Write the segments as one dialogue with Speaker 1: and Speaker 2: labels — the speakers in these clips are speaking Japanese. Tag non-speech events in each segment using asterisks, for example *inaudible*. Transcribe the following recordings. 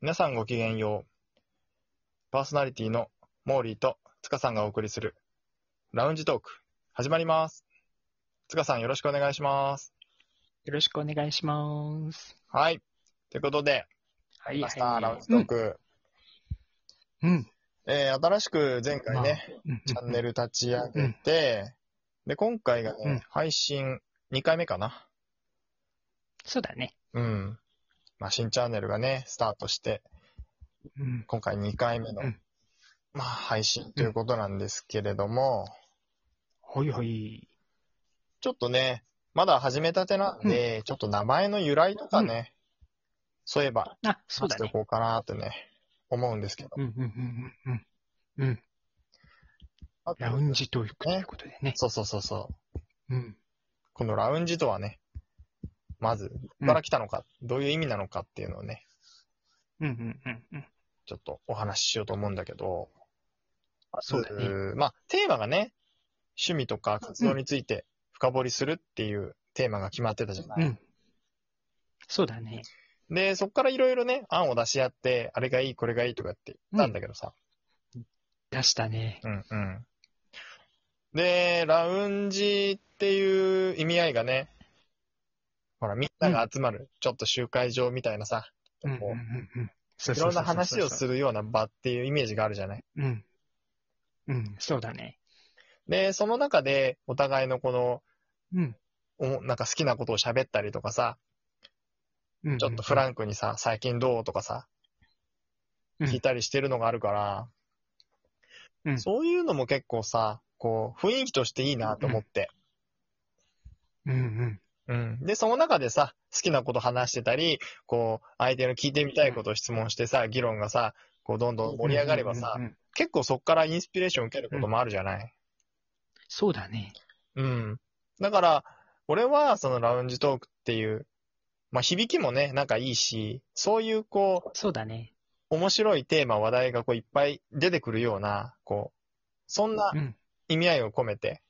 Speaker 1: 皆さんごきげんよう。パーソナリティのモーリーと塚さんがお送りするラウンジトーク始まります。塚さんよろしくお願いします。
Speaker 2: よろしくお願いします。
Speaker 1: はい。ということで、
Speaker 2: はい、
Speaker 1: 明日
Speaker 2: はい
Speaker 1: ラウンジトーク、
Speaker 2: うん。
Speaker 1: えー新しく前回ね、
Speaker 2: うん
Speaker 1: チャンネル立ち上げて、で、今回がね、
Speaker 2: うん
Speaker 1: 配信2回目かな。
Speaker 2: そうだね。
Speaker 1: うん。まあ、新チャンネルがね、スタートして、
Speaker 2: うん。
Speaker 1: 今回2回目の、
Speaker 2: うん
Speaker 1: まあ、配信ということなんですけれども、
Speaker 2: ほいほい。
Speaker 1: ちょっとね、まだ始めたてなんで、ちょっと名前の由来とかね、そういえば、
Speaker 2: あ、そ
Speaker 1: 話
Speaker 2: う
Speaker 1: し
Speaker 2: だ
Speaker 1: てお
Speaker 2: ね。
Speaker 1: こうかなってね、思うんですけど。
Speaker 2: うん、うん、うん、うんうん。うん。
Speaker 1: あと
Speaker 2: ラウンジトークということでね。
Speaker 1: そうそうそうそう。
Speaker 2: うん。
Speaker 1: このラウンジとはね、まず、どこから来たのか、どういう意味なのかっていうのをね、
Speaker 2: うん、うん、うん、うん。
Speaker 1: ちょっとお話ししようと思うんだけど、
Speaker 2: そうだね。
Speaker 1: まあ、テーマがね、趣味とか活動について深掘りするっていうテーマが決まってたじゃな
Speaker 2: う
Speaker 1: い。
Speaker 2: ん。そうだね。
Speaker 1: で、そこからいろいろね、案を出し合って、あれがいい、これがいいとかって言ったんだけどさ。
Speaker 2: 出したね。
Speaker 1: うん、うん。で、ラウンジっていう意味合いがね、ほら、みんなが集まる、ちょっと集会場みたいなさ、
Speaker 2: うん、うん、
Speaker 1: こう
Speaker 2: うん。うんそう
Speaker 1: い
Speaker 2: そうそうそ
Speaker 1: ろ
Speaker 2: う
Speaker 1: んな話をするような場っていうイメージがあるじゃない。
Speaker 2: うん。うん、そうだね。
Speaker 1: で、その中で、お互いのこの、
Speaker 2: うん。
Speaker 1: おなんか好きなことを喋ったりとかさ、
Speaker 2: うん
Speaker 1: ちょっとフランクにさ、最近どうとかさ、
Speaker 2: うん
Speaker 1: 聞いたりしてるのがあるから、
Speaker 2: うん
Speaker 1: そういうのも結構さ、こう、雰囲気としていいなと思って。
Speaker 2: うん、うん。
Speaker 1: うん。で、その中でさ、好きなこと話してたり、こう、相手の聞いてみたいことを質問してさ、議論がさ、こう、どんどん盛り上がればさ
Speaker 2: う、んうんうん
Speaker 1: 結構そっからインスピレーション受けることもあるじゃない。
Speaker 2: そうだね。
Speaker 1: うん。だから、俺は、そのラウンジトークっていう、まあ、響きもね、なんかいいし、そういう、こう、
Speaker 2: そうだね。
Speaker 1: 面白いテーマ、話題がこういっぱい出てくるような、こう、そんな
Speaker 2: うん。
Speaker 1: 意味合いを込めて、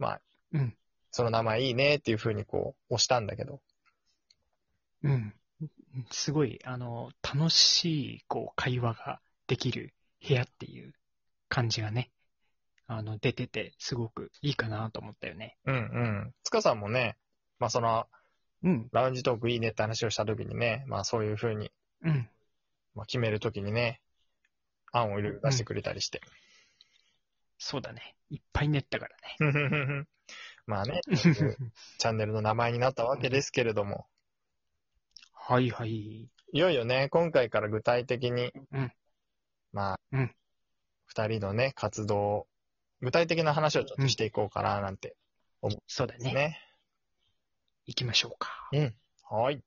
Speaker 1: まあ、
Speaker 2: うん
Speaker 1: その名前いいねっていうふうにこう、押したんだけど。
Speaker 2: うん。すごい、あの、楽しい、こう、会話ができる部屋っていう感じがね、あの、出てて、すごくいいかなと思ったよね。
Speaker 1: うんうん。つかさんもね、まあその、
Speaker 2: うん。
Speaker 1: ラウンジトークいいねって話をした時にね、まあそういうふうに、
Speaker 2: うん。
Speaker 1: まあ、決める時にね、案をいろいろ出してくれたりして。
Speaker 2: そうだね。いっぱい練ったから *laughs*
Speaker 1: *laughs* まあね、そういう
Speaker 2: ね。
Speaker 1: チャンネルの名前になったわけですけれども、
Speaker 2: はいはい。
Speaker 1: いよいよね、今回から具体的に、
Speaker 2: うん
Speaker 1: まあ、
Speaker 2: う
Speaker 1: 二
Speaker 2: ん
Speaker 1: 人のね、活動、具体的な話をちょっとしていこうかななんて
Speaker 2: そうだ
Speaker 1: ね。
Speaker 2: ね。行きましょうか。
Speaker 1: はい。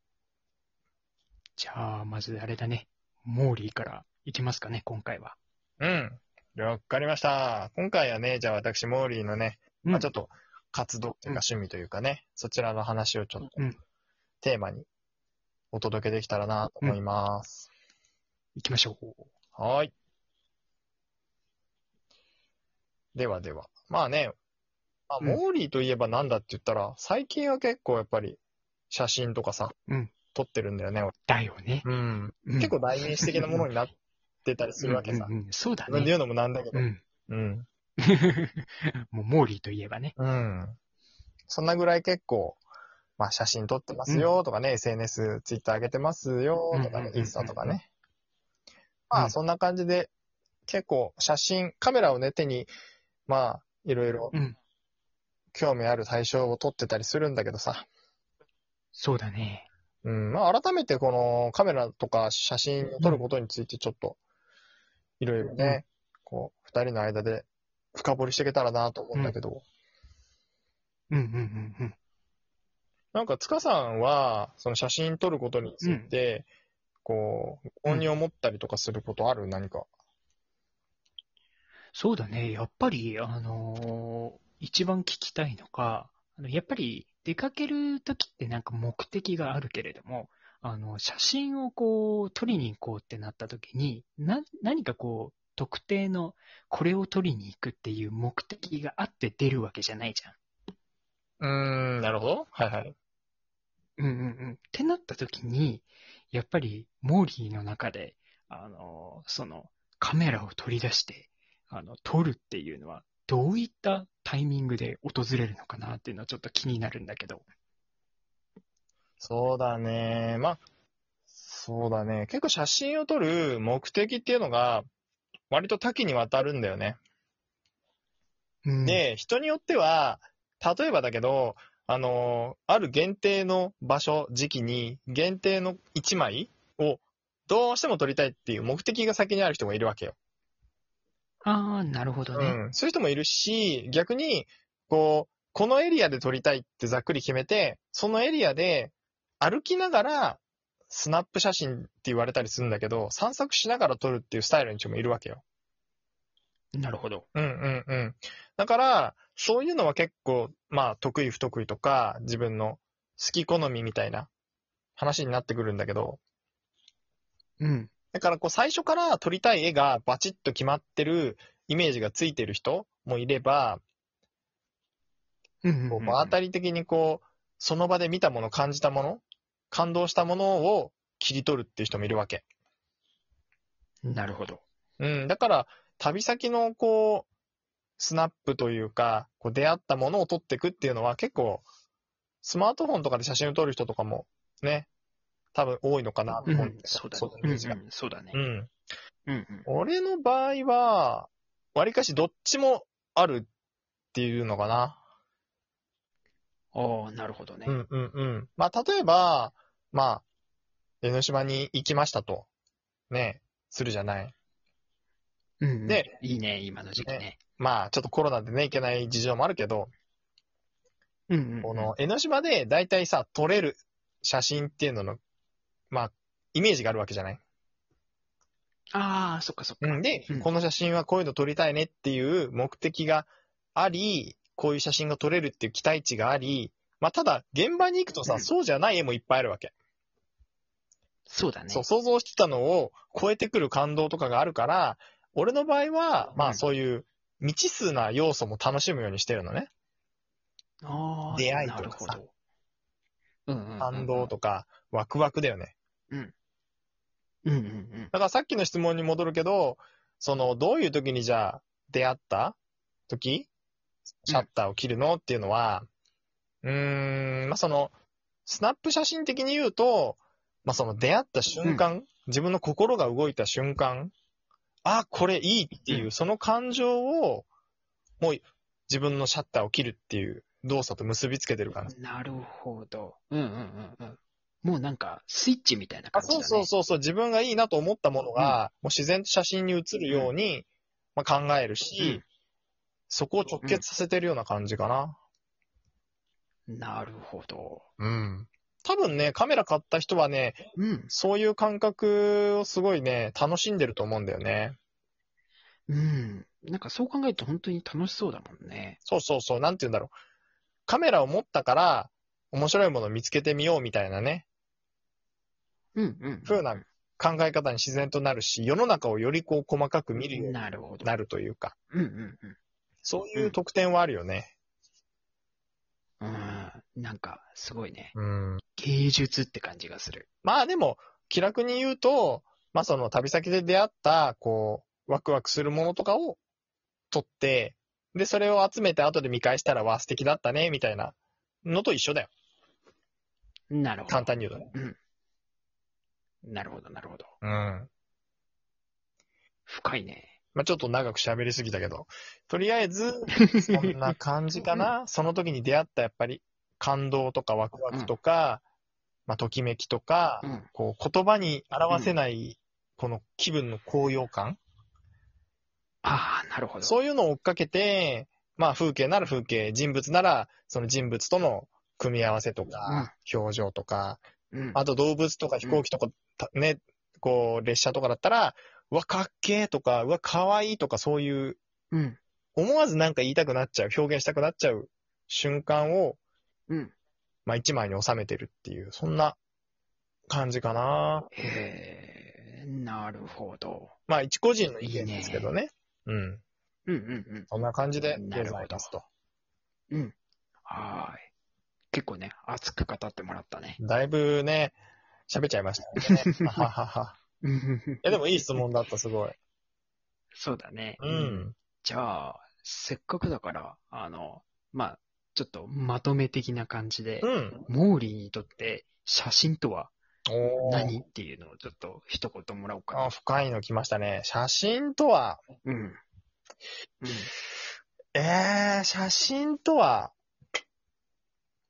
Speaker 2: じゃあ、まずあれだね。モーリーから行きますかね、今回は。
Speaker 1: うん。わかりました。今回はね、じゃあ私、モーリーのね、
Speaker 2: うん
Speaker 1: まあ、ちょっと活動というか趣味というかね、そちらの話をちょっと
Speaker 2: うん
Speaker 1: テーマにお届けできたらなと思います。
Speaker 2: 行きましょう。
Speaker 1: はい。ではでは。まあね、まあ、
Speaker 2: うん
Speaker 1: モーリーといえばなんだって言ったら、最近は結構やっぱり写真とかさ、
Speaker 2: うん
Speaker 1: 撮ってるんだよね。俺
Speaker 2: だよね。
Speaker 1: うん。
Speaker 2: うん
Speaker 1: 結構代名詞的なものになってたりするわけさ
Speaker 2: う。んうんうんそうだ
Speaker 1: 自分で言う
Speaker 2: ね。
Speaker 1: のもなんだけど
Speaker 2: う。ん。
Speaker 1: うん。
Speaker 2: *laughs* もう、モーリーといえばね。
Speaker 1: うん。そんなぐらい結構、まあ写真撮ってますよとかね、SNS、ツイッター上げてますよとか
Speaker 2: うんうんうん
Speaker 1: ね
Speaker 2: う、んうん
Speaker 1: インスタとかね。まあそんな感じで、結構写真、カメラをね、手に、まあいろいろ
Speaker 2: うん。
Speaker 1: 興味ある対象を撮ってたりするんだけどさ。
Speaker 2: そうだね。
Speaker 1: うん。まあ改めてこのカメラとか写真を撮ることについてちょっと、いろいろね、こう、二人の間で深掘りしていけたらなと思うんだけど。
Speaker 2: うんうんうん
Speaker 1: なんか、塚さんは、その写真撮ることについて、こう、
Speaker 2: うん
Speaker 1: 本に思ったりとかすることある何か。
Speaker 2: そうだね。やっぱり、あのー一番聞きたいのが、あのやっぱり出かけるときってなんか目的があるけれども、あの、写真をこう、撮りに行こうってなったときに、な、何かこう、特定のこれを撮りに行くっていう目的があって出るわけじゃないじゃ
Speaker 1: う
Speaker 2: ん。
Speaker 1: ーん、なるほど。はいはい。
Speaker 2: うんうんうん。ってなった時に、やっぱりモーリーの中で、あの、そのカメラを取り出して、あの、撮るっていうのはどういったタイミングで訪れるのかなっていうのはちょっと気になるんだけど。
Speaker 1: そうだね。まあ、そうだね。結構写真を撮る目的っていうのが、割と多岐にわたるんだよね。
Speaker 2: うん、
Speaker 1: で、人によっては、例えばだけど、あのーある限定の場所、時期に、限定の1枚を、どうしても撮りたいっていう目的が先にある人もいるわけよ。
Speaker 2: ああ、なるほどね。
Speaker 1: うん。そういう人もいるし、逆に、こう、このエリアで撮りたいってざっくり決めて、そのエリアで歩きながら、スナップ写真って言われたりするんだけど、散策しながら撮るっていうスタイルの人もいるわけよ。
Speaker 2: なるほど。
Speaker 1: うんうんうん。だから、そういうのは結構、まあ、得意不得意とか、自分の好き好みみたいな話になってくるんだけど、
Speaker 2: うん。
Speaker 1: だからこう、最初から撮りたい絵がバチッと決まってるイメージがついてる人もいれば、
Speaker 2: うんうん
Speaker 1: こ
Speaker 2: う、
Speaker 1: うんまあ当たり的にこう、その場で見たもの、感じたもの、感動したものを切り取るっていう人もいるわけ。
Speaker 2: なるほど。
Speaker 1: うん、だから、旅先のこう、スナップというか、こう出会ったものを撮っていくっていうのは結構、スマートフォンとかで写真を撮る人とかもね、多分多いのかなと
Speaker 2: うん
Speaker 1: 思うんだよ、
Speaker 2: そうだ
Speaker 1: そ
Speaker 2: ね
Speaker 1: うだ。
Speaker 2: うんう
Speaker 1: ね。
Speaker 2: んそうだね
Speaker 1: う。ん。
Speaker 2: うんうん
Speaker 1: 俺の場合は、わりかしどっちもあるっていうのかな。
Speaker 2: ああ、なるほどね
Speaker 1: う。んうんうん。まあ、例えば、まあ、江ノ島に行きましたと。ね、するじゃない。
Speaker 2: うんうん
Speaker 1: で
Speaker 2: いいね、今の時期ね。
Speaker 1: まあ、ちょっとコロナでね、行けない事情もあるけど、
Speaker 2: うんうんうん
Speaker 1: この江ノ島で大体さ、撮れる写真っていうのの、まあ、イメージがあるわけじゃない。
Speaker 2: ああ、そっかそっか。
Speaker 1: うん、で、
Speaker 2: うん
Speaker 1: この写真はこういうの撮りたいねっていう目的があり、こういう写真が撮れるっていう期待値があり、まあ、ただ、現場に行くとさ、
Speaker 2: うん
Speaker 1: そうじゃない絵もいっぱいあるわけ。
Speaker 2: そうだね。
Speaker 1: そう、想像してたのを超えてくる感動とかがあるから、俺の場合は、ま
Speaker 2: う
Speaker 1: あ、
Speaker 2: ん
Speaker 1: そういう未知数な要素も楽しむようにしてるのね。
Speaker 2: ああ、
Speaker 1: 出会い
Speaker 2: な
Speaker 1: と
Speaker 2: る
Speaker 1: か
Speaker 2: ほ
Speaker 1: さ
Speaker 2: ど。うんうんうんうん
Speaker 1: 感動とか、ワクワクだよね。
Speaker 2: うんうんうん。
Speaker 1: だからさっきの質問に戻るけど、その、どういう時にじゃあ、出会った時シャッターを切るのっていうのは、うーん、まあ、その、スナップ写真的に言うと、まあ、その出会った瞬間、自分の心が動いた瞬間、あ、これいいっていうう、
Speaker 2: ん
Speaker 1: その感情を、もう自分のシャッターを切るっていう動作と結びつけてる感じ。
Speaker 2: なるほど。うんうんうんうん。もうなんか、スイッチみたいな
Speaker 1: あ
Speaker 2: 感じだ
Speaker 1: そ
Speaker 2: ね。
Speaker 1: うそうそうそう、自分がいいなと思ったものが、もう自然と写真に写るように、まあ、考えるし、
Speaker 2: うん
Speaker 1: そこを直結させてるような感じかな。
Speaker 2: なるほど。
Speaker 1: うん。多分ね、カメラ買った人はね、
Speaker 2: うん。
Speaker 1: そういう感覚をすごいね、楽しんでると思うんだよね。
Speaker 2: うん。なんかそう考えると本当に楽しそうだもんね。
Speaker 1: そうそうそう、なんて言うんだろう。カメラを持ったから、面白いものを見つけてみようみたいなね、
Speaker 2: うんうん。
Speaker 1: 風な考え方に自然となるし、世の中をよりこう細かく見るように
Speaker 2: なるほど。
Speaker 1: なるというか、
Speaker 2: うんうんうん。
Speaker 1: そういう特典はあるよね。
Speaker 2: うん。なんか、すごいね。
Speaker 1: うん。
Speaker 2: 芸術って感じがする。
Speaker 1: まあでも、気楽に言うと、まあその旅先で出会った、こう、ワクワクするものとかを撮って、で、それを集めて後で見返したら、わあ、素敵だったね、みたいなのと一緒だよ。
Speaker 2: なるほど。
Speaker 1: 簡単に言うとね。
Speaker 2: なるほど、なるほど。
Speaker 1: うん。
Speaker 2: 深いね。
Speaker 1: まあちょっと長く喋りすぎたけど、とりあえ *laughs* ず、そんな感じかな。その時に出会った、やっぱり、感動とかワクワクとか、まあときめきとか、
Speaker 2: うん。
Speaker 1: こう、言葉に表せない、この気分の高揚感
Speaker 2: ああ、なるほど。
Speaker 1: そういうのを追っかけて、まあ風景なら風景、人物ならその人物との組み合わせとか、表情とか、
Speaker 2: うん。
Speaker 1: あと動物とか飛行機とか、たね、こう列車とかだったら、うわ、かっけーとか、うわ、かわいいとかそういう、
Speaker 2: うん。
Speaker 1: 思わずなんか言いたくなっちゃう、表現したくなっちゃう瞬間を、
Speaker 2: うん。
Speaker 1: まあ一枚に収めてるっていう、そんな感じかな。
Speaker 2: へえ、なるほど。
Speaker 1: まあ一個人の意見ですけどね。うん。
Speaker 2: うんうんうん。
Speaker 1: そんな感じで
Speaker 2: な
Speaker 1: ご
Speaker 2: る
Speaker 1: ざ
Speaker 2: ほど
Speaker 1: いますと。
Speaker 2: はーい。結構ね、熱く語ってもらったね。
Speaker 1: だいぶね、喋っちゃいましたね。 *laughs* はははは。いや、でもいい質問だった、すごい。
Speaker 2: そうだね。
Speaker 1: うん。
Speaker 2: じゃあ、せっかくだから、あの、まあ、ちょっとまとめ的な感じで、
Speaker 1: うん。
Speaker 2: モーリーにとって写真とは
Speaker 1: おー
Speaker 2: 何っていうのをちょっと一言もらおうか
Speaker 1: あ
Speaker 2: な。
Speaker 1: 深いの来ましたね。写真とは、
Speaker 2: うん。うん。
Speaker 1: えー、写真とは、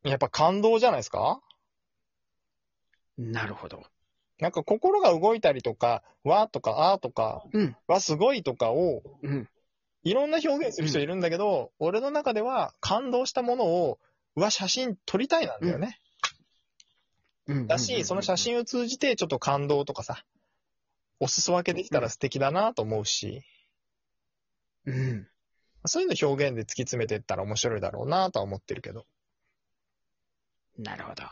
Speaker 1: やっぱ感動じゃないですか
Speaker 2: なるほど。
Speaker 1: なんか心が動いたりとか、わーとか、あーとか、
Speaker 2: うん。
Speaker 1: わすごいとかを、
Speaker 2: うん。
Speaker 1: いろんな表現する人いるんだけど、俺の中では感動したものを、うわ、写真撮りたいなんだよね。
Speaker 2: うん。
Speaker 1: だし、その写真を通じてちょっと感動とかさ、お裾分けできたら素敵だなと思うし、
Speaker 2: うん。うん。
Speaker 1: そういうの表現で突き詰めていったら面白いだろうなとは思ってるけど。
Speaker 2: なるほど。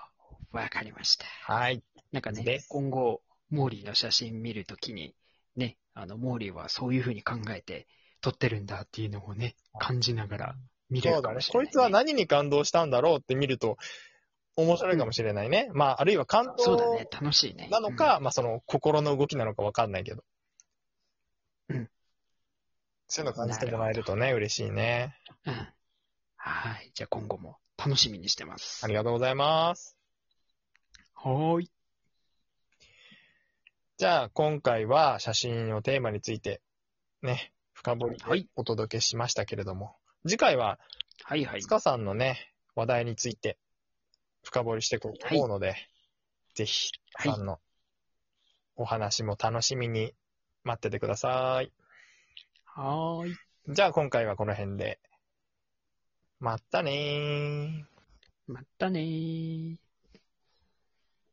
Speaker 2: わかりました。
Speaker 1: はい。
Speaker 2: なんかね
Speaker 1: で、
Speaker 2: 今後、モーリーの写真見るときに、ね、あの、モーリーはそういうふうに考えて撮ってるんだっていうのをね、感じながら見れ
Speaker 1: そ
Speaker 2: る
Speaker 1: う
Speaker 2: か
Speaker 1: だ
Speaker 2: も
Speaker 1: ね。
Speaker 2: しれ
Speaker 1: こ
Speaker 2: な
Speaker 1: い
Speaker 2: いね、
Speaker 1: つは何に感動したんだろうって見ると、面白いかもしれないね。まあ、あるいは感
Speaker 2: そうだね
Speaker 1: 動、
Speaker 2: 楽しいね。
Speaker 1: なのか、まあその心の動きなのかわかんないけど。
Speaker 2: うん。
Speaker 1: そういうの感じてもらえるとね、嬉しいね。
Speaker 2: うん、うん。はい。じゃあ今後も楽しみにしてます。
Speaker 1: ありがとうございます。
Speaker 2: はーい。
Speaker 1: じゃあ、今回は写真をテーマについて、ね、深掘り
Speaker 2: は
Speaker 1: で
Speaker 2: い
Speaker 1: お届けしましたけれども、次回は、
Speaker 2: はいはい
Speaker 1: つ。かさんのね、話題について、深掘りしていこうと思うので、ぜひ、
Speaker 2: はい
Speaker 1: さんのお話も楽しみに待っててください。
Speaker 2: はーい。
Speaker 1: じゃあ、今回はこの辺で。まったねー。
Speaker 2: またねー。